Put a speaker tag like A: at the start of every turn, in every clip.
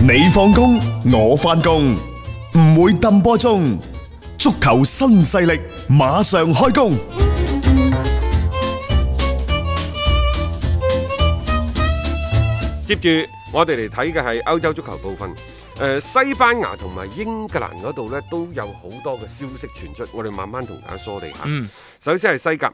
A: 你放工，我翻工，唔會抌波鐘。足球新勢力馬上開工。
B: 接住我哋嚟睇嘅係歐洲足球部分。誒、西班牙同埋英格蘭嗰度呢，都有好多嘅消息傳出，我哋慢慢同大家梳理下。首先係西甲，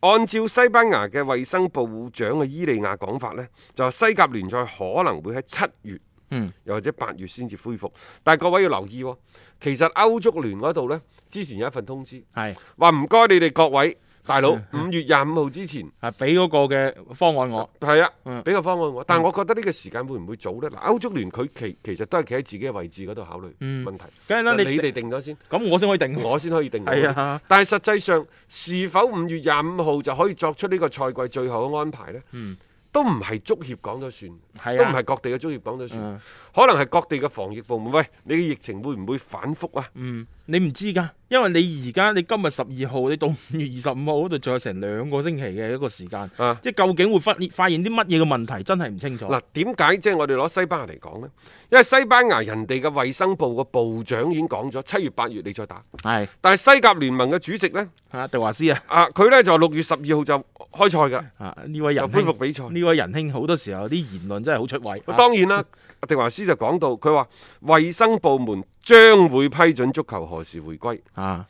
B: 按照西班牙嘅衞生部長嘅伊利亞講法呢，就話西甲聯賽可能會喺七月，
C: 嗯
B: 又或者八月先至恢復。但係各位要留意喎、其實歐足聯嗰度呢，之前有一份通知，
C: 係
B: 話唔該你哋各位大佬，五月廿五號之前。
C: 係啊俾嗰個嘅方案我，
B: 係啊，
C: 嗯
B: 俾個方案我，但係我覺得呢個時間會唔會早呢？嗱，歐足聯佢其其實都係企喺自己嘅位置嗰度考慮
C: 嗯
B: 問題。
C: 梗係啦
B: 就
C: 你
B: 你哋定咗先，
C: 咁我先可以定喎。
B: 我先可以定。
C: 係啊，
B: 但係實際上是否五月廿五號就可以作出呢個賽季最後嘅安排呢？
C: 嗯
B: 都唔係足協講咗算，
C: 係
B: 都
C: 啊
B: 唔係各地嘅足協講咗算，
C: 嗯
B: 可能係各地嘅防疫部門。喂，你嘅疫情會唔會反覆啊？
C: 嗯，你唔知㗎，因為你而家你今日十二號，你到五月二十五號嗰度，仲有成兩個星期嘅一個時間，
B: 啊
C: 即係究竟會發發現啲乜嘢嘅問題，真係唔清楚。
B: 嗱，點解即係我哋攞西班牙嚟講呢？因為西班牙人哋嘅衞生部嘅部長已經講咗，七月八月你再打。
C: 係
B: 但係西甲聯盟嘅主席呢，
C: 啊，迪華斯啊，
B: 啊佢呢就六月十二號就開賽㗎，
C: 啊呢位
B: 就
C: 仁
B: 恢復
C: 兄，
B: 比賽。
C: 呢位仁兄好多時候啲言論真係好出位。啊
B: 當然啦，迪華斯就講到，佢話衞生部門將會批准足球何時回 歸，
C: 啊，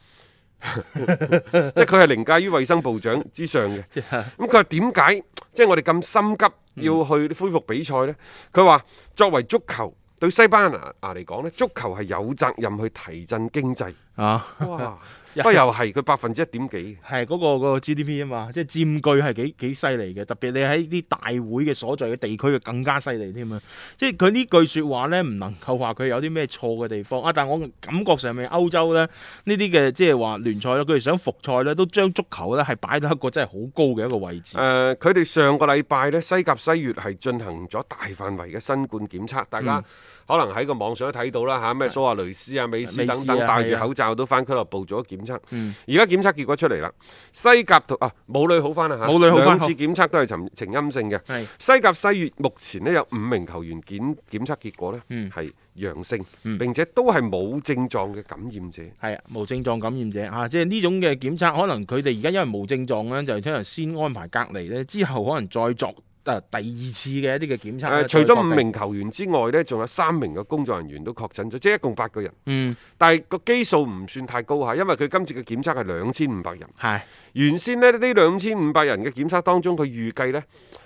B: 即係佢係凌駕於衞生部長之上嘅。
C: 即係
B: 咁佢話點解即係我哋咁心急要去恢復比賽呢？佢話作為足球對西班牙嚟講呢足球係有責任去提振經濟。
C: 啊，
B: 哇！不過又係佢百分之一點幾，
C: 係嗰、個嗰個 GDP 啊嘛，即係佔據係幾幾犀利嘅，特別你喺啲大會嘅所在嘅地區就更加犀利添啊！即係佢呢句説話咧，唔能夠話佢有啲咩錯嘅地方啊！但係我感覺上面歐洲咧呢啲嘅即係話聯賽咧，佢哋想復賽咧，都將足球咧係擺到一個真係好高嘅一個位置
B: 誒、。佢哋上個禮拜呢，西甲西乙係進行咗大範圍嘅新冠檢測，大
C: 嗯
B: 家可能喺個網上都睇到啦嚇，咩蘇亞雷斯啊、美斯
C: 美斯啊
B: 等等戴住
C: 係啊
B: 口罩都翻俱樂部做咗檢測。
C: 嗯
B: 而家檢測結果出嚟啦，西甲同啊母女好翻啦嚇，
C: 母女好返
B: 兩次檢測都係呈呈陰性嘅。
C: 係
B: 西甲西乙目前呢，有五名球員檢檢測結果呢
C: 嗯
B: 係陽性，
C: 嗯
B: 並且都係冇症狀嘅感染者。
C: 係啊，無症狀感染者嚇、啊即係呢種嘅檢測，可能佢哋而家因為無症狀咧，就可能先安排隔離咧，之後可能再作誒、啊第二次嘅一啲嘅檢測
B: 誒、
C: 呢。
B: 除
C: 再
B: 咗
C: 確
B: 五
C: 定，
B: 名球員之外呢，仲有三名嘅工作人員都確診咗，即係一共八個人。
C: 嗯，
B: 但係個基數唔算太高嚇，因為佢今次嘅檢測係兩千五百人。
C: 係。
B: 原先咧呢兩千五百人嘅檢測當中，佢預計呢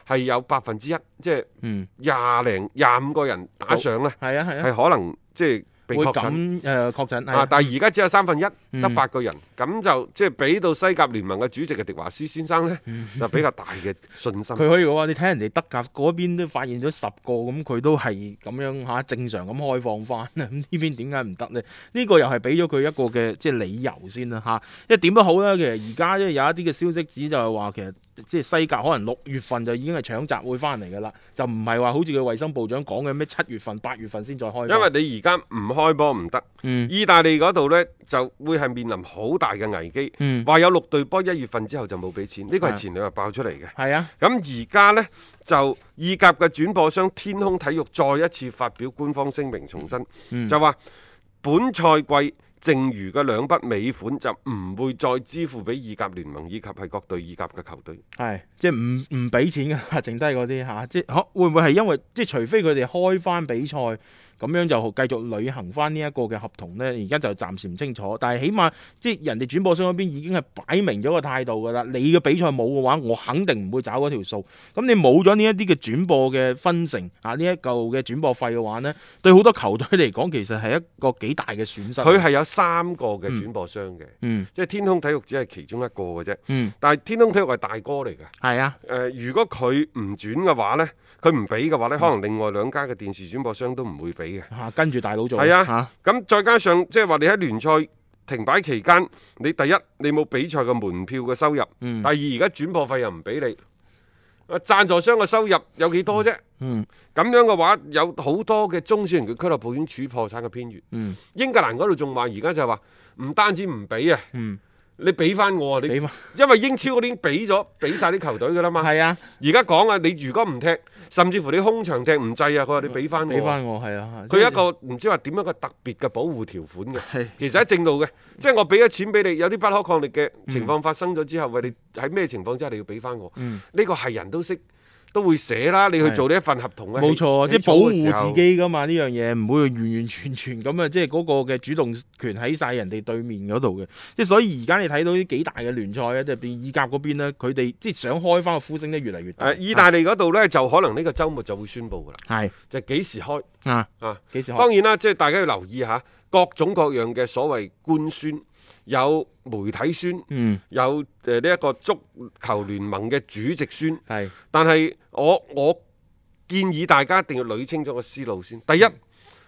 B: 係有百分之一，即係
C: 嗯，
B: 廿零廿五個人打上呢，
C: 係啊係啊，
B: 係可能即係被
C: 會
B: 確診。
C: 咁誒確診係
B: 啊！
C: 啊
B: 但係而家只有三分一，
C: 嗯
B: 得八個人，咁就即係俾到西甲聯盟嘅主席嘅迪華斯先生呢，就比較大嘅信心。
C: 嗯佢可以話你睇人哋德甲嗰邊都發現咗十個，咁佢都係咁樣嚇正常咁開放翻啊！咁呢 邊點解唔得呢？呢個又係俾咗佢一個嘅即係理由先啦嚇。因為點都好啦，其實而家即係有一啲嘅消息指就係話其實即係西甲可能六月份就已經係搶閘會翻嚟㗎啦，就唔係話好似佢衞生部長講嘅咩七月份、八月份先再開放。
B: 因為你而家唔開波唔得，
C: 嗯
B: 意大利嗰度呢，就會係面臨好大嘅危機。
C: 嗯
B: 話有六隊波一月份之後就冇俾錢，呢個係
C: 係
B: 前兩日爆出嚟嘅。
C: 係啊
B: 咁而家呢，就意甲嘅轉播商天空體育再一次發表官方聲明，重申、
C: 嗯
B: 就話本賽季剩餘嘅兩筆尾款就唔會再支付俾意甲聯盟以及係各隊意甲嘅球隊。
C: 係，即係唔唔俾錢㗎，剩低嗰啲嚇，即係可會唔會係因為即係除非佢哋開翻比賽，咁樣就繼續履行翻呢一個嘅合同呢？而家就暫時唔清楚，但係起碼即係人哋轉播商嗰邊已經係擺明咗個態度㗎啦。你嘅比賽冇嘅話，我肯定唔會找嗰條數。咁你冇咗呢一啲嘅轉播嘅分成啊，呢一嚿嘅轉播費嘅話呢，對好多球隊嚟講其實係一個幾大嘅損失。
B: 佢係有三個嘅轉播商嘅，
C: 嗯
B: 即係天空體育只係其中一個嘅啫。
C: 嗯
B: 但係天空體育係大哥嚟㗎。
C: 係啊
B: 誒、如果佢唔轉嘅話呢，佢唔俾嘅話
C: 嗯
B: 呢，可能另外兩家嘅電視轉播商都唔會俾嘅。
C: 嚇、跟住大佬做
B: 係啊
C: 嚇
B: 咁再加上即係話你喺聯賽停擺期間，你第一你冇比賽嘅門票嘅收入，
C: 嗯
B: 第二而家轉播費又唔俾你，啊贊助商嘅收入有幾多啫？
C: 嗯
B: 咁樣嘅話，有好多嘅中小型嘅俱樂部已經處於破產嘅邊緣。
C: 嗯
B: 英格蘭嗰度仲話而家就係話唔單止唔俾啊，
C: 嗯
B: 你俾翻我啊！你
C: 俾翻
B: 因為英超嗰啲已經俾咗俾晒啲球隊㗎啦嘛。
C: 係啊，
B: 而家講啊，你如果唔踢，甚至乎你空場踢唔制啊，佢話你俾翻
C: 俾
B: 我啊。
C: 翻我係啊，
B: 佢有一
C: 即係
B: 個唔知話點樣嘅特別嘅保護條款嘅
C: 係，
B: 其實喺正路嘅，即係我俾咗錢俾你，有啲不可抗力嘅情況發生咗之後，喂你喺咩情況之下你要俾翻我？
C: 嗯
B: 呢個係人都識都會寫啦，你去做呢一份合同嘅，
C: 冇錯，啊
B: 起
C: 即係保護自。
B: 起草嘅時候
C: 己噶嘛呢樣嘢，唔會完完全全咁啊！即係嗰個嘅主動權喺晒人哋對面嗰度嘅，即係所以而家你睇到呢幾大嘅聯賽咧，特別意甲嗰邊咧，佢哋即係想開翻個呼聲咧，越嚟越大。
B: 誒，意大利嗰度呢，就可能呢個週末就會宣布㗎啦，
C: 係
B: 就係幾時開
C: 啊，
B: 啊？
C: 幾時開？
B: 當然啦，即係大家要留意下各種各樣嘅所謂官宣，有媒體宣，
C: 嗯，
B: 有誒呢一個足球聯盟嘅主席宣。
C: 係
B: 但係我我建議大家一定要捋清楚個思路先。第一，
C: 嗯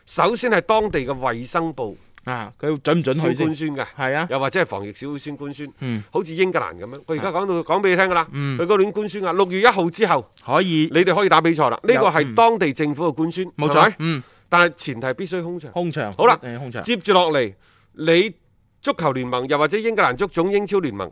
B: 首先係當地嘅衛生部
C: 啊，佢準唔準去
B: 先
C: 先
B: 官？宣嘅，
C: 係啊，
B: 又或者係防疫小會先官宣。
C: 嗯啊
B: 好似英格蘭咁樣，佢而家講到講俾你聽㗎啦，
C: 嗯
B: 佢嗰段官宣啊，六月一號之後
C: 可以，
B: 你哋可以打比賽啦。呢
C: 有
B: 個係
C: 嗯
B: 當地政府嘅官宣，
C: 冇
B: 係
C: 錯
B: 咪，
C: 嗯，
B: 但係前提必須空場。
C: 空場
B: 好啦
C: 誒空場
B: 接住落嚟，你足球聯盟又或者英格蘭足總、英超聯盟，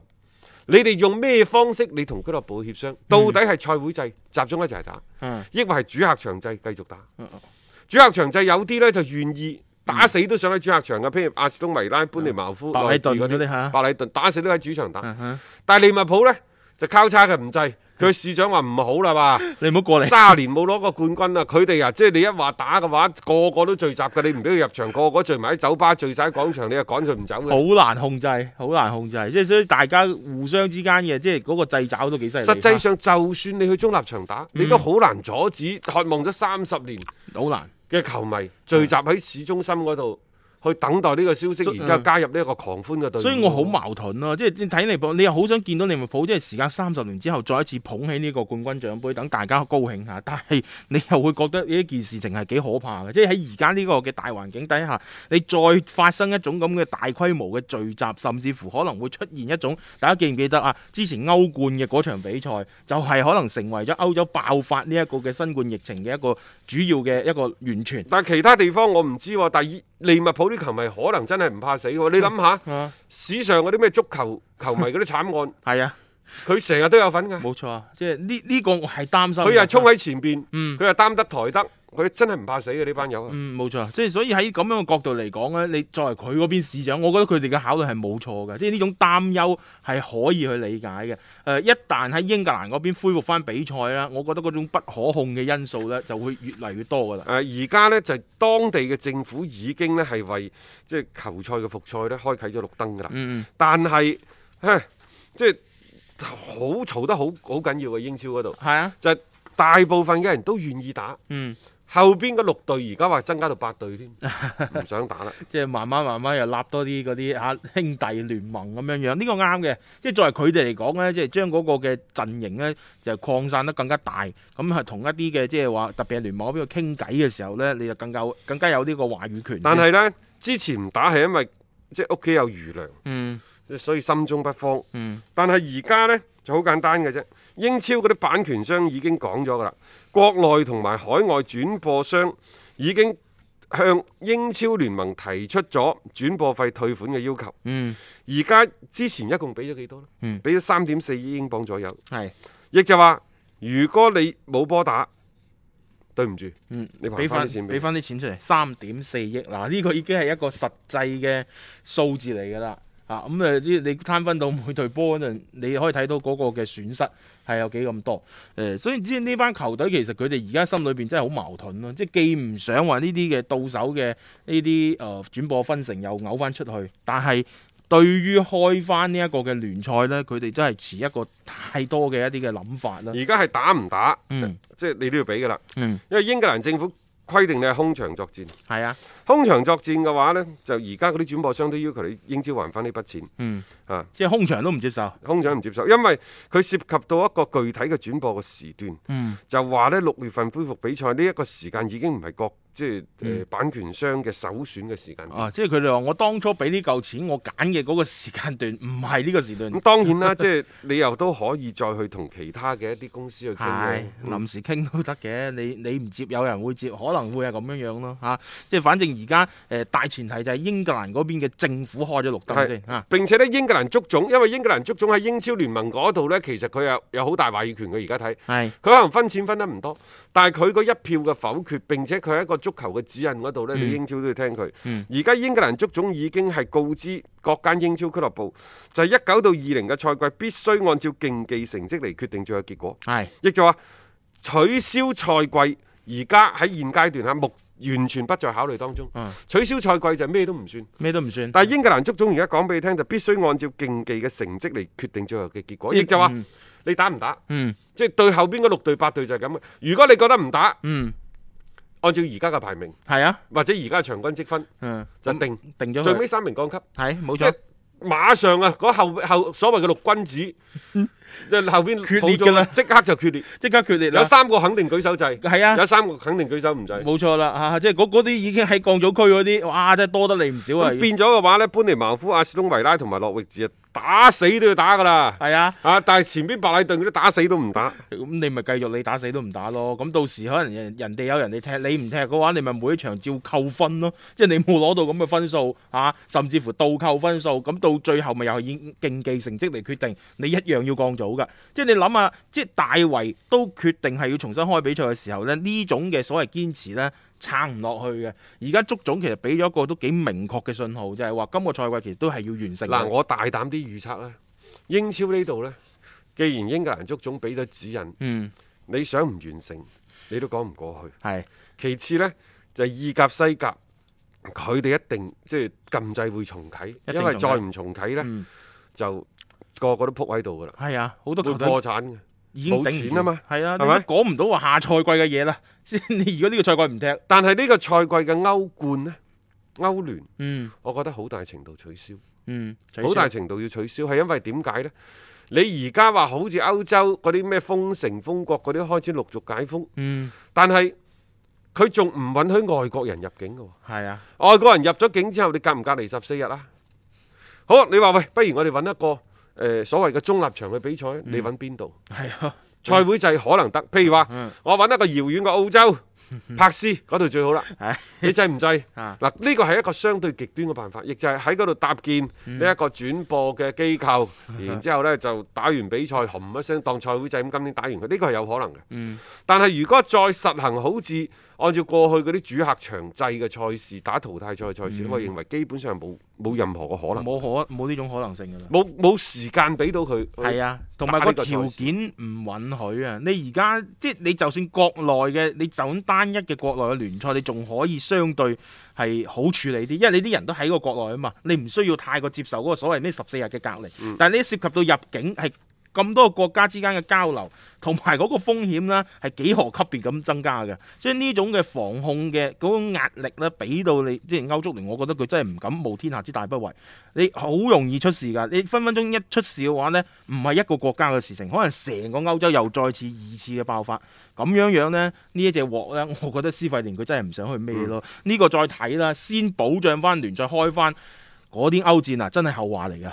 B: 你哋用咩方式？你同俱樂部協商，到底係賽會制集中一齊打，
C: 嗯
B: 抑或係主客場制繼續打
C: 嗯嗯？
B: 主客場制有啲呢就願意打死都想喺主客場嘅，啊譬如阿士東維拉、班尼茅夫、
C: 嗯白禮頓
B: 內治
C: 嗰啲嚇
B: 白禮頓打死都喺主場打。
C: 嗯哼
B: 但係利物浦呢，就交叉嘅唔制，佢市長話唔好啦嘛。
C: 嗯 你唔好過嚟，
B: 三十年冇攞過冠軍啦！佢哋啊，即係你一話打嘅話，個個都聚集嘅，你唔俾佢入場，個個聚埋喺酒吧，聚晒喺廣場，你又趕佢唔走嘅。
C: 好難控制，好難控制，即係所以大家互相之間嘅，即係嗰個掣肘都幾犀利。
B: 實際上，就算你去中立場打，你都好難阻止渴望咗三十年
C: 好難。
B: 嘅球迷聚集喺市中心嗰度去等待呢個消息，
C: 所以嗯
B: 然之後加入呢一個狂歡嘅隊伍。
C: 所以我好矛盾咯、即係你睇利物浦，你又好想見到利物浦，即係時間三十年之後再一次捧起呢個冠軍獎杯，等大家高興下。 但係你又會覺得呢一件事情係幾可怕嘅，即係喺而家呢個嘅大環境底下，你再發生一種咁嘅大規模嘅聚集，甚至乎可能會出現一種大家記唔記得啊？之前歐冠嘅嗰場比賽就係、可能成為咗歐洲爆發呢一個嘅新冠疫情嘅一個主要嘅一個源泉。
B: 但係其他地方我唔知喎，但係利物浦啲球迷可能真係唔怕死喎。你諗下，
C: 啊，
B: 史上嗰啲咩足球 球迷嗰啲慘案，
C: 係啊，
B: 佢成日都有份㗎。
C: 冇錯啊，即係呢呢個我係擔心嘅。
B: 佢又衝喺前邊，
C: 嗯
B: 佢又擔得抬得，佢真係唔怕死嘅呢班友啊。
C: 嗯，冇錯，即係所以喺咁樣嘅角度嚟講咧，你作為佢嗰邊市長，我覺得佢哋嘅考慮係冇錯嘅，即係呢種擔憂係可以去理解嘅。誒、呃一旦喺英格蘭嗰邊恢復翻比賽啦，我覺得嗰種不可控嘅因素咧就會越嚟越多噶啦。
B: 誒而家呢，就係當地嘅政府已經呢係為即係球賽嘅復賽呢開啟咗綠燈㗎啦，
C: 嗯
B: 但係唉即係好嘈得好好緊要嘅英超嗰度
C: 嗯，，係啊，
B: 就係大部分嘅人都願意打，
C: 嗯，
B: 後邊嗰六隊而家話增加到八隊添，唔想打啦。
C: 即係慢慢慢慢又立多啲嗰啲啊兄弟聯盟咁樣樣，呢、個啱嘅。即係作為佢哋嚟講咧，即係將嗰個嘅陣營咧就擴散得更加大，咁係同一啲嘅即係話特別係聯網嗰邊去傾偈嘅時候咧，你就更加更加有呢個話語權。
B: 但係呢，之前唔打係因為即係屋企有餘糧。
C: 嗯。
B: 所以心中不慌。
C: 嗯
B: 但係而家呢，就好簡單嘅啫。英超嗰啲版權商已經講咗噶啦，國內同埋海外轉播商已經向英超聯盟提出咗轉播費退款嘅要求。
C: 嗯，
B: 而家之前一共俾咗幾多呢
C: 嗯？
B: 俾咗三點四億英鎊左右。
C: 係，
B: 亦就話，如果你冇波打，對唔住，
C: 嗯，
B: 你還
C: 俾
B: 翻
C: 翻
B: 啲錢
C: 俾
B: 俾我。
C: 翻啲錢出嚟，三點四億嗱，呢、個已經係一個實際嘅數字嚟㗎啦。啊，咁誒啲你攤分到每隊波嗰陣，你可以睇到嗰個嘅損失係有幾咁多。誒、所以知呢班球隊其實佢哋而家心裏邊真係好矛盾咯，即係既唔想話呢啲嘅到手嘅呢啲誒轉播分成又嘔翻出去，但係對於開翻呢一個嘅聯賽呢，佢哋真係持一個太多嘅一啲嘅諗法啦。
B: 而家係打唔打，
C: 嗯
B: 即係你都要俾噶啦。
C: 嗯，
B: 因為英格蘭政府規定你係空場作戰。
C: 係啊，
B: 空場作戰嘅話呢，就而家嗰啲轉播商都要求你英超還翻呢筆錢
C: 嗯，
B: 啊！
C: 即係空場都唔接受。
B: 空場唔接受，因為佢涉及到一個具體嘅轉播嘅時段，
C: 嗯。
B: 就話呢六月份恢復比賽呢一個時間已經唔係國即係誒、呃
C: 嗯
B: 版權商嘅首選嘅時間段。
C: 啊，即係佢哋話我當初俾呢嚿錢，我揀嘅嗰個時間段 唔係呢個時段，
B: 咁當然 啦，即係你又都可以再去同其他嘅一啲公司去傾嘅
C: 係。
B: 嗯
C: 臨時傾都得嘅。你你唔接，有人會接，可能會係啊咁樣樣咯嚇。即係反正而家誒大前提就係英格蘭嗰邊嘅政府開咗綠燈
B: 係
C: 先嚇。
B: 並且呢，英格蘭足總，因為英格蘭足總喺英超聯盟嗰度呢，其實佢有有好大話語權嘅。而家睇，
C: 係
B: 佢可能分錢分得唔多，但係佢嗰一票嘅否決，並且佢喺一個足球嘅指引嗰
C: 嗯
B: 度呢，你英超都要聽佢。而家、英格蘭足總已經係告知各間英超俱樂部，就係一九到二零嘅賽季必須按照競技成績嚟決定最後結果。
C: 係
B: 亦就話取消賽季，而家喺現階段嚇啊目完全不在考慮當中。
C: 嗯
B: 取消賽季就咩都唔算。
C: 咩都唔算。
B: 但係英格蘭足總而家講俾你聽，就必須按照競技嘅成績嚟決定最後嘅結果，
C: 即係
B: 亦就話、
C: 嗯
B: 你打唔打，
C: 嗯
B: 即係對後邊嗰六隊八隊就係咁嘅。如果你覺得唔打，
C: 嗯
B: 按照而家嘅排名
C: 係啊
B: 或者而家嘅場均積分
C: 嗯
B: 就定
C: 定咗
B: 最
C: 佢
B: 尾三名降級，
C: 係冇
B: 即係
C: 錯。
B: 馬上啊嗰後後所謂嘅六君子，即係後邊
C: 嗯決
B: 保
C: 裂
B: 咗
C: 㗎啦
B: 即刻就決裂。
C: 即刻決裂啦
B: 有！三個肯定舉手制，
C: 係啊
B: 有三個肯定舉手唔制。
C: 冇錯啦嚇、啊即係嗰嗰啲已經喺降組區嗰啲，哇！真係多得你唔少啊！
B: 咁變咗嘅話呢，班尼茅夫、阿斯通維拉同埋諾域治啊，打死都要打㗎啦。
C: 係啊，
B: 啊！但係前邊白禮頓嗰啲打死都唔打，
C: 咁你咪繼續你打死都唔打咯。咁到時可能人人哋有人哋踢，你唔踢嘅話，你咪每一場照扣分咯。即係你冇攞到咁嘅分數啊，甚至乎倒扣分數。咁到最後咪又係以競技成績嚟決定，你一樣要降組㗎。即係你諗下，即係大圍都決定係要重新開比賽嘅時候咧，呢種嘅所謂堅持咧。撐唔落去嘅，而家足總其實俾咗一個都幾明確嘅信號，就係話今個賽季其實都係要完成嘅。
B: 嗱，啊我大膽啲預測啦，英超呢度呢，既然英格蘭足總俾咗指引，
C: 嗯，
B: 你想唔完成，你都講唔過去。
C: 係
B: 其次呢，就係意甲、西甲，佢哋一定即係禁制會重啟，
C: 定
B: 因為
C: 重啟
B: 再唔重啟呢，
C: 嗯
B: 就個個都撲喺度㗎啦，
C: 係啊，好多
B: 會
C: 球隊
B: 破產嘅。
C: 已經頂唔住
B: 冇錢啊嘛
C: 係
B: 係
C: 啊，你
B: 咪
C: 都講唔到話下賽季嘅嘢啦。 先你如果呢個賽季唔踢，
B: 但係呢個賽季嘅歐冠呢，歐聯，
C: 嗯
B: 我覺得好大程度取消。
C: 嗯，取消
B: 好大程度要取消，係因為點解呢？你而家話好似歐洲嗰啲咩封城封國嗰啲開始陸續解封，
C: 嗯
B: 但係佢仲唔允許外國人入境嘅喎。
C: 係啊，
B: 外國人入咗境之後，你隔唔隔離十四日啊？好，你話喂，不如我哋揾一個誒、呃所謂嘅中立場嘅比賽，你
C: 嗯
B: 揾邊度？
C: 係啊，
B: 賽會制可能得，譬如話
C: 嗯
B: 我揾一個遙遠嘅澳 洲柏斯嗰度最好啦。
C: 係
B: 你制唔制？
C: 啊
B: 嗱，呢個係一個相對極端嘅辦法，亦就係喺嗰度搭建
C: 嗯
B: 呢一個轉播嘅機 構，然之後呢就打完比賽，冚一聲當賽會制咁，今年打完佢，呢個係有可能嘅。
C: 嗯
B: 但係如果再實行好似按照過去嗰啲主客場制嘅賽事打淘汰賽嘅賽事，我認為基本上冇冇任何嘅可能，
C: 嗯冇可冇呢種可能性㗎啦。
B: 冇冇時間俾到佢。
C: 係啊，同埋
B: 打
C: 個
B: 呢個賽事
C: 條件唔允許啊！你而家即係你就算國內嘅，你就咁單一嘅國內嘅聯賽，你仲可以相對係好處理啲，因為你啲人都喺個國內啊嘛，你唔需要太過接受嗰個所謂咩十四日嘅隔離。
B: 嗯
C: 但係你涉及到入境係咁多個國家之間嘅交流，同埋嗰個風險啦，係幾何級別咁增加嘅。所以呢種嘅防控嘅嗰種壓力咧，俾到你即係歐足聯，我覺得佢真係唔敢冒天下之大不為。你好容易出事㗎，你分分鐘一出事嘅話呢，唔係一個國家嘅事情，可能成個歐洲又再次二次嘅爆發，咁樣樣呢，呢一隻鑊呢， 我覺得施費連佢真係唔想去孭咯。呢、個再睇啦，先保障翻聯賽開翻嗰啲歐戰啊，真係後話嚟㗎。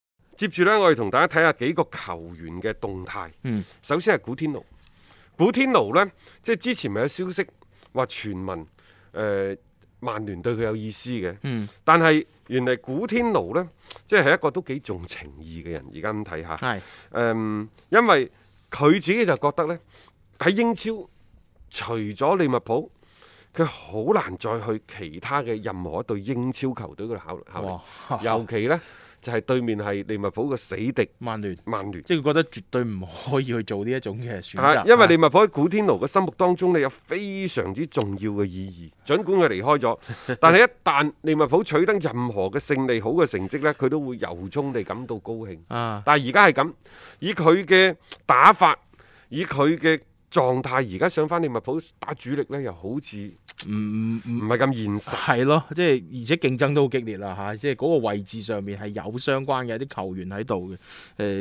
B: 接住呢，我哋同大家睇下幾個球員嘅動態。
C: 嗯，
B: 首先係古天奴，古天奴呢，即係之前咪有消息話傳聞，誒、呃曼聯對佢有意思嘅。
C: 嗯，
B: 但係原嚟古天奴呢，即係一個都幾重情義嘅人。而家咁睇下，誒、嗯
C: 係
B: 因為佢自己就覺得呢，喺英超除咗利物浦。佢好難再去其他嘅任何一隊英超球隊嗰度考考慮
C: 哇，
B: 尤其呢，就係、對面係利物浦嘅死敵
C: 曼聯，
B: 曼聯。
C: 即係覺得絕對唔可以去做呢一種嘅選
B: 啊
C: 擇，
B: 因為利物浦喺古天奴嘅心目當中咧有非常之重要嘅意義。儘管佢離開咗，但係一旦利物浦取得任何嘅勝利、好嘅成績呢，佢都會由衷地感到高興。
C: 啊，
B: 但係而家係咁，以佢嘅打法，以佢嘅狀態，而家上翻利物浦打主力呢，又好似
C: 唔唔唔
B: 唔係咁現實。
C: 係咯，即係而且競爭都好激烈啦嚇、即係嗰個位置上面係有相關嘅一啲球員喺度嘅。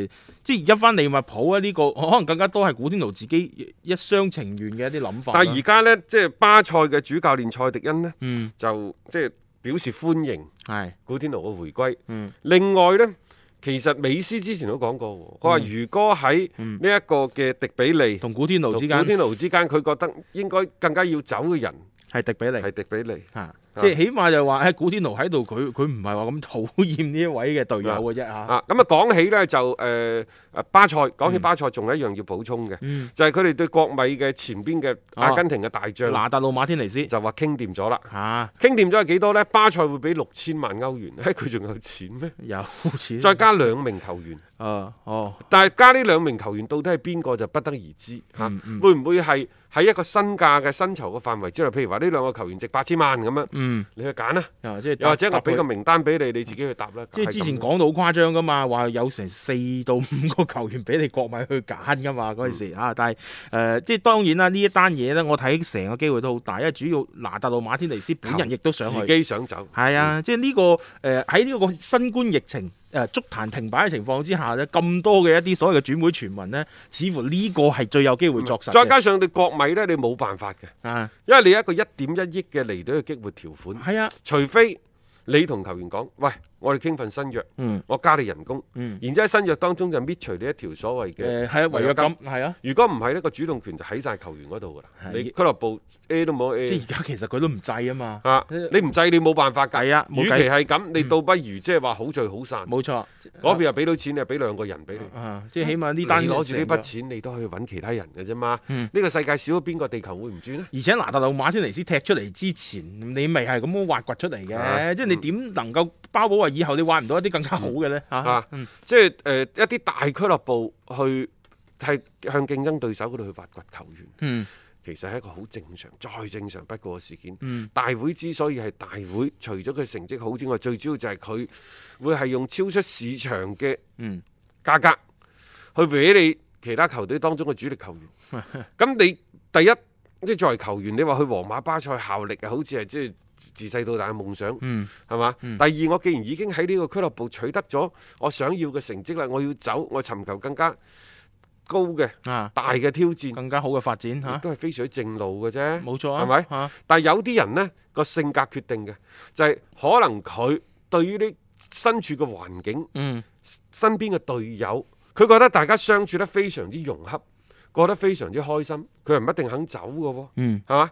C: 誒、即係而家翻利物浦啊，呢、個可能更加多係古天奴自己一廂情願嘅一啲諗法啦。
B: 但係而家呢，即係巴塞嘅主教練蔡迪恩呢，
C: 嗯
B: 就即係表示歡迎
C: 係
B: 古天奴嘅回歸。
C: 嗯
B: 另外呢，其實美斯之前都講過喎，佢話如果喺呢一個嘅迪比利同
C: 嗯同古天奴之
B: 古
C: 間
B: 天奴之間，佢覺得應該更加要走嘅人
C: 係迪比利
B: 係迪啊比利。
C: 嚇，即係起碼就話誒古天奴喺度，佢佢唔係話咁討厭呢一位嘅隊友嘅啫嚇。
B: 啊，咁啊講起呢，就誒誒、呃巴塞，講起巴塞仲有一樣要補充嘅，
C: 嗯
B: 就係佢哋對國米嘅前邊嘅
C: 哦
B: 阿根廷嘅大將，
C: 拿達魯馬天尼斯
B: 就話傾掂咗啦。
C: 嚇、
B: 傾掂咗係幾多呢？巴塞會俾六千萬歐元， 嘿，佢仲有錢咩？
C: 有錢
B: 再加兩名球員，
C: 啊哦
B: 但係加呢兩名球員到底係邊個就不得而知嚇、
C: 嗯嗯
B: 會唔會係喺一個身價嘅薪酬嘅範圍之內？譬如話呢兩個球員值八千萬咁樣，
C: 嗯
B: 你去揀啦，
C: 啊即係
B: 又或者
C: 搭
B: 我俾
C: 配
B: 個名單俾你，你自己去答啦。
C: 即係之前
B: 係咁
C: 講到好誇張噶嘛，話有成四到五個球員俾你國米去揀噶嘛嗰陣
B: 嗯
C: 時啊，但係誒、呃即係當然啦，呢一單嘢咧，我睇成個機會都好大，因為主要拿達魯馬天尼斯本人亦都想
B: 自
C: 去，
B: 己嗯想走，
C: 係啊，即係呢、個誒喺呢個新冠疫情誒、呃足壇停擺嘅情況之下咧，咁多嘅一啲所謂嘅轉會傳聞咧，似乎呢個係最有機會作
B: 嗯
C: 實
B: 再
C: 嘅
B: 加上你國米呢，你冇辦法嘅，
C: 啊，
B: 因為你有一個一點一億嘅離隊嘅激活條款，
C: 係啊，
B: 除非你同球員講，喂，我哋傾份新約，
C: 嗯
B: 我加你人工，
C: 嗯
B: 然之後喺新約當中就搣除呢一條所謂嘅
C: 誒係啊，違約金係啊。
B: 如果唔係呢個主動權就喺晒球員嗰度㗎啦。
C: 係
B: 你俱樂部 A 都冇
C: 即
B: A
C: 係而家其實佢都唔制啊嘛，
B: 啊，你唔制你冇辦法㗎。
C: 係啊冇
B: 與其
C: 計嗯
B: 係咁，你倒不如即係話好聚好散。
C: 冇錯
B: 嗰邊又俾到錢，你又俾兩個人俾你。
C: 啊，即係起碼呢
B: 嗯
C: 單
B: 你攞住呢
C: 成
B: 筆
C: 個
B: 錢，你都可以揾其他人嘅啫嘛。
C: 嗯
B: 呢個世界少咗邊個地球會唔轉呢？
C: 而且拿達魯馬天尼斯踢出嚟之前，你咪係咁樣挖掘出嚟嘅，
B: 啊
C: 即係你點能夠包保話以後你挖唔到一啲更加好嘅咧嚇？
B: 啊
C: 嗯
B: 即係誒、呃一啲大俱樂部去係向競爭對手嗰度去挖掘球員，
C: 嗯
B: 其實係一個好正常、再正常不過嘅事件。
C: 嗯
B: 大會之所以係大會，除咗佢成績好之外，最主要就係佢會係用超出市場嘅
C: 嗯
B: 價格去搲你其他球隊當中嘅主力球員。 咁你第一即係作為球員，你話去皇馬、巴塞效力啊，好似係即係自細到大嘅夢想。
C: 嗯
B: 係嘛？第二，我既然已經喺呢個俱樂部取得咗我想要嘅成績啦，我要走，我尋求更加高嘅
C: 啊，
B: 大嘅挑戰，
C: 更加好嘅發展嚇
B: 亦，都係非常之正路嘅啫。
C: 冇錯
B: 嗯
C: 啊，
B: 係咪？
C: 嚇？
B: 但係有啲人呢個性格決定嘅，就係、可能佢對於呢身處嘅環境、
C: 嗯
B: 身邊嘅隊友，佢覺得大家相處得非常之融洽，過得非常之開心，佢又唔一定肯走嘅喎，
C: 嗯
B: 係嘛？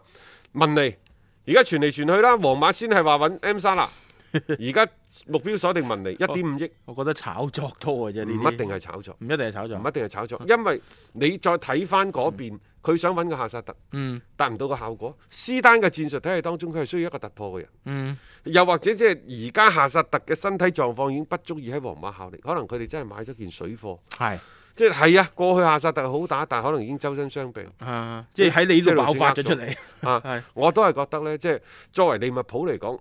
B: 文尼而家傳嚟傳去啦，皇馬先係話揾 M 沙 啦，而家目標鎖定文
C: 哦
B: 尼一點五億，
C: 我覺得炒作多嘅啫，呢
B: 唔
C: 啲
B: 一定係炒作，
C: 唔一定係炒作
B: 唔一，定係炒作，因為你再睇翻嗰邊，佢想揾個夏薩特。
C: 嗯
B: 達唔到個效果。斯丹嘅戰術體系當中，佢係需要一個突破嘅人，
C: 嗯
B: 又或者即係而家夏薩特嘅身體狀況已經不足以喺皇馬效力，可能佢哋真係買咗件水貨。
C: 係
B: 即係係啊，過去夏薩特好打，但係可能已經周身 傷病
C: 啊，即係喺你呢
B: 即係
C: 度
B: 老
C: 爆
B: 師
C: 發
B: 呃
C: 咗出
B: 咗
C: 嚟，
B: 啊！
C: 係
B: 我都係覺得呢，即係作為利物浦嚟講，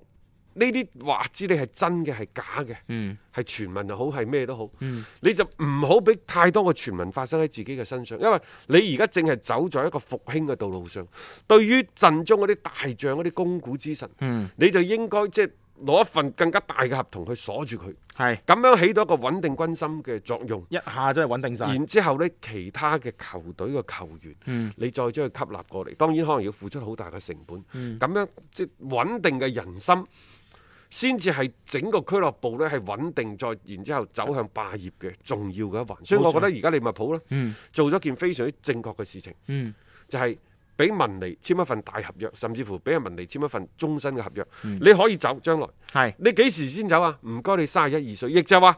B: 呢啲話知你係真嘅係假嘅，
C: 嗯
B: 係傳聞又好係咩都好，
C: 嗯
B: 你就唔好俾太多嘅傳聞發生喺自己嘅身上，因為你而家正係走在一個復興嘅道路上。對於陣中嗰啲大將、嗰啲公股之神。
C: 嗯
B: 你就應該即係攞一份更加大嘅合同去鎖住佢，
C: 係
B: 咁樣起到一個穩定軍心嘅作用。
C: 一下真係穩定晒。
B: 然之後呢，其他嘅球隊嘅球員，
C: 嗯
B: 你再將佢吸納過嚟，當然可能要付出好大嘅成本。咁、
C: 嗯
B: 樣即係穩定嘅人心，先至係整個俱樂部呢係穩定再，然之後走向霸業嘅重要嘅一環。所以我覺得而家利物浦呢，
C: 嗯
B: 做咗件非常之正確嘅事情。
C: 嗯
B: 就係俾文尼簽一份大合約，甚至乎俾阿文尼簽一份終身嘅合約。
C: 嗯
B: 你可以走，將來
C: 係
B: 你幾時先走啊？唔該，你三
C: 嗯
B: 十一二歲，亦就係話、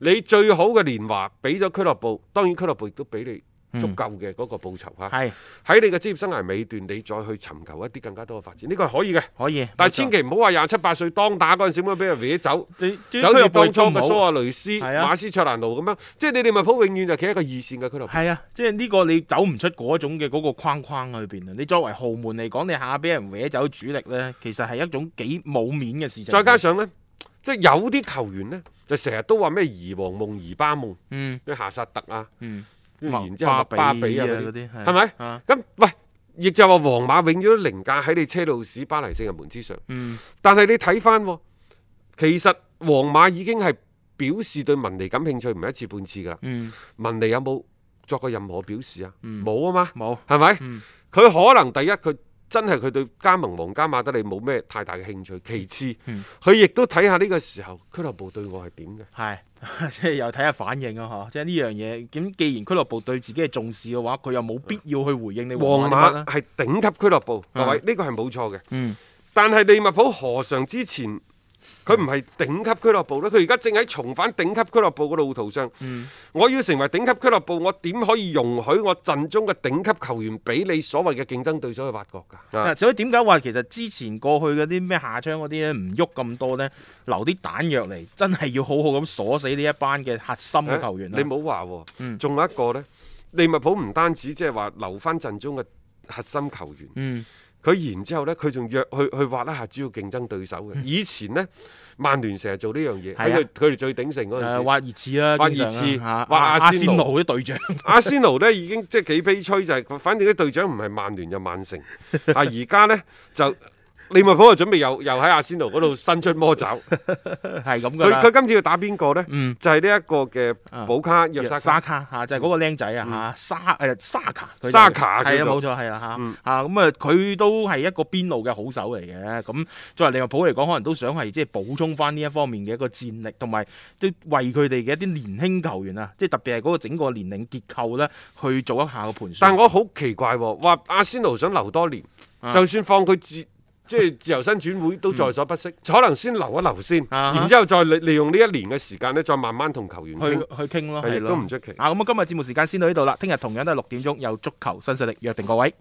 B: 你最好嘅年華俾咗俱樂部，當然俱樂部亦都俾你
C: 嗯
B: 足夠嘅嗰個報酬嚇。
C: 係
B: 喺你嘅職業生涯尾段，你再去尋求一啲更加多嘅發展，呢個係可以嘅。
C: 可以，
B: 但係千祈唔好話廿七八歲當打嗰陣時咁樣俾人搲走，
C: 祈
B: 就好似當初嘅蘇亞雷斯、
C: 係啊
B: 馬斯卓蘭奴咁樣，即係你利物浦永遠就企喺一個二線嘅俱樂部。
C: 係啊，即係呢個你走唔出嗰種嘅嗰個框框裏邊啊！你作為豪門嚟講，你下俾人搲走主力呢，其實係一種幾冇面嘅事情。
B: 再加上呢，即係有啲球員呢，就成日都話咩兒王夢、兒巴夢，
C: 嗯
B: 咩夏薩特啊，
C: 嗯，
B: 跟住然之後麥巴比啊嗰
C: 嗰
B: 啲。
C: 啲
B: 係咪
C: 啊？
B: 咁喂，亦就話皇馬永遠都凌駕喺你車路士、巴黎聖日門之上。
C: 嗯，
B: 但係你睇翻，其實皇馬已經係表示對文尼感興趣，唔係一次半次㗎啦。
C: 嗯，
B: 文尼有冇作過任何表示啊？冇啊嘛，
C: 冇，
B: 係咪？
C: 嗯
B: 佢可能第一佢真係佢對加盟皇家馬德里冇咩太大嘅興趣，其次
C: 嗯
B: 佢亦都睇下呢個時候俱樂部對我係點嘅。
C: 係 即係又睇下反應啊！嗬，即係呢樣嘢。咁既然俱樂部對自己係重視嘅話，佢又冇必要去回應你
B: 皇
C: 馬啲乜啦
B: 馬係頂級俱樂部，各位
C: 嗯
B: 呢個係冇錯嘅。
C: 嗯
B: 但係利物浦何嘗之前佢唔係頂級俱樂部呢？佢而家正喺重返頂級俱樂部嘅路途上。
C: 嗯
B: 我要成為頂級俱樂部，我點可以容許我陣中嘅頂級球員俾你所謂嘅競爭對手去挖角㗎？啊
C: 嗱，啊所以點解話其實之前過去嗰啲咩下窗嗰啲咧唔喐咁多咧，留啲彈藥嚟，真係要好好咁鎖死呢一班嘅核心嘅球員啦。啊
B: 你冇話喎，
C: 嗯
B: 仲有一個呢，利物浦唔單止即係話留翻陣中嘅核心球員。
C: 嗯
B: 佢然之後呢，佢仲約去去挖一下主要競爭對手嘅。以前呢，曼聯成日做呢樣嘢，
C: 嗯係
B: 喺
C: 啊
B: 佢佢哋最鼎盛嗰陣
C: 誒
B: 時，
C: 挖熱刺啦，
B: 挖
C: 經常啊
B: 熱刺
C: 嚇
B: 挖
C: 阿
B: 阿
C: 阿
B: 仙
C: 仙
B: 奴
C: 奴啲隊 長，
B: 阿仙奴呢已經即係幾悲催，就係、反正啲隊長唔係曼聯就曼城。 啊，而家呢，就利物浦就準備又又喺阿仙奴嗰度伸出魔爪。
C: 係咁噶
B: 佢
C: 啦。
B: 佢今次要打邊個呢？
C: 嗯啊
B: 就係呢一個嘅保卡約沙卡。
C: 卡嚇，就係嗰個僆仔啊嚇，沙誒沙卡，佢就
B: 沙卡
C: 係啊
B: 叫
C: 冇
B: 做
C: 錯係啦嚇
B: 嗯
C: 啊咁啊，佢都係一個邊路嘅好手嚟嘅。咁作為利物浦嚟講，可能都想係即係補充翻呢一方面嘅一個戰力，同埋都為佢哋嘅一啲年輕球員啊，即係特別係嗰個整個年齡結構咧，去做一下個盤算。
B: 但我好奇怪喎、話阿仙奴想留多年，
C: 啊
B: 就算放佢自即係自由身轉會都在所不惜，可能先留一留先，
C: 嗯啊哈
B: 然之後再利利用呢一年嘅時間咧，再慢慢同球員
C: 去
B: 傾，
C: 去傾咯，
B: 係
C: 係
B: 亦都
C: 咯
B: 唔。出奇。
C: 啊，咁啊，今日節目時間先到呢度啦。聽日同樣都係六點鐘有足球新勢力，約定各位。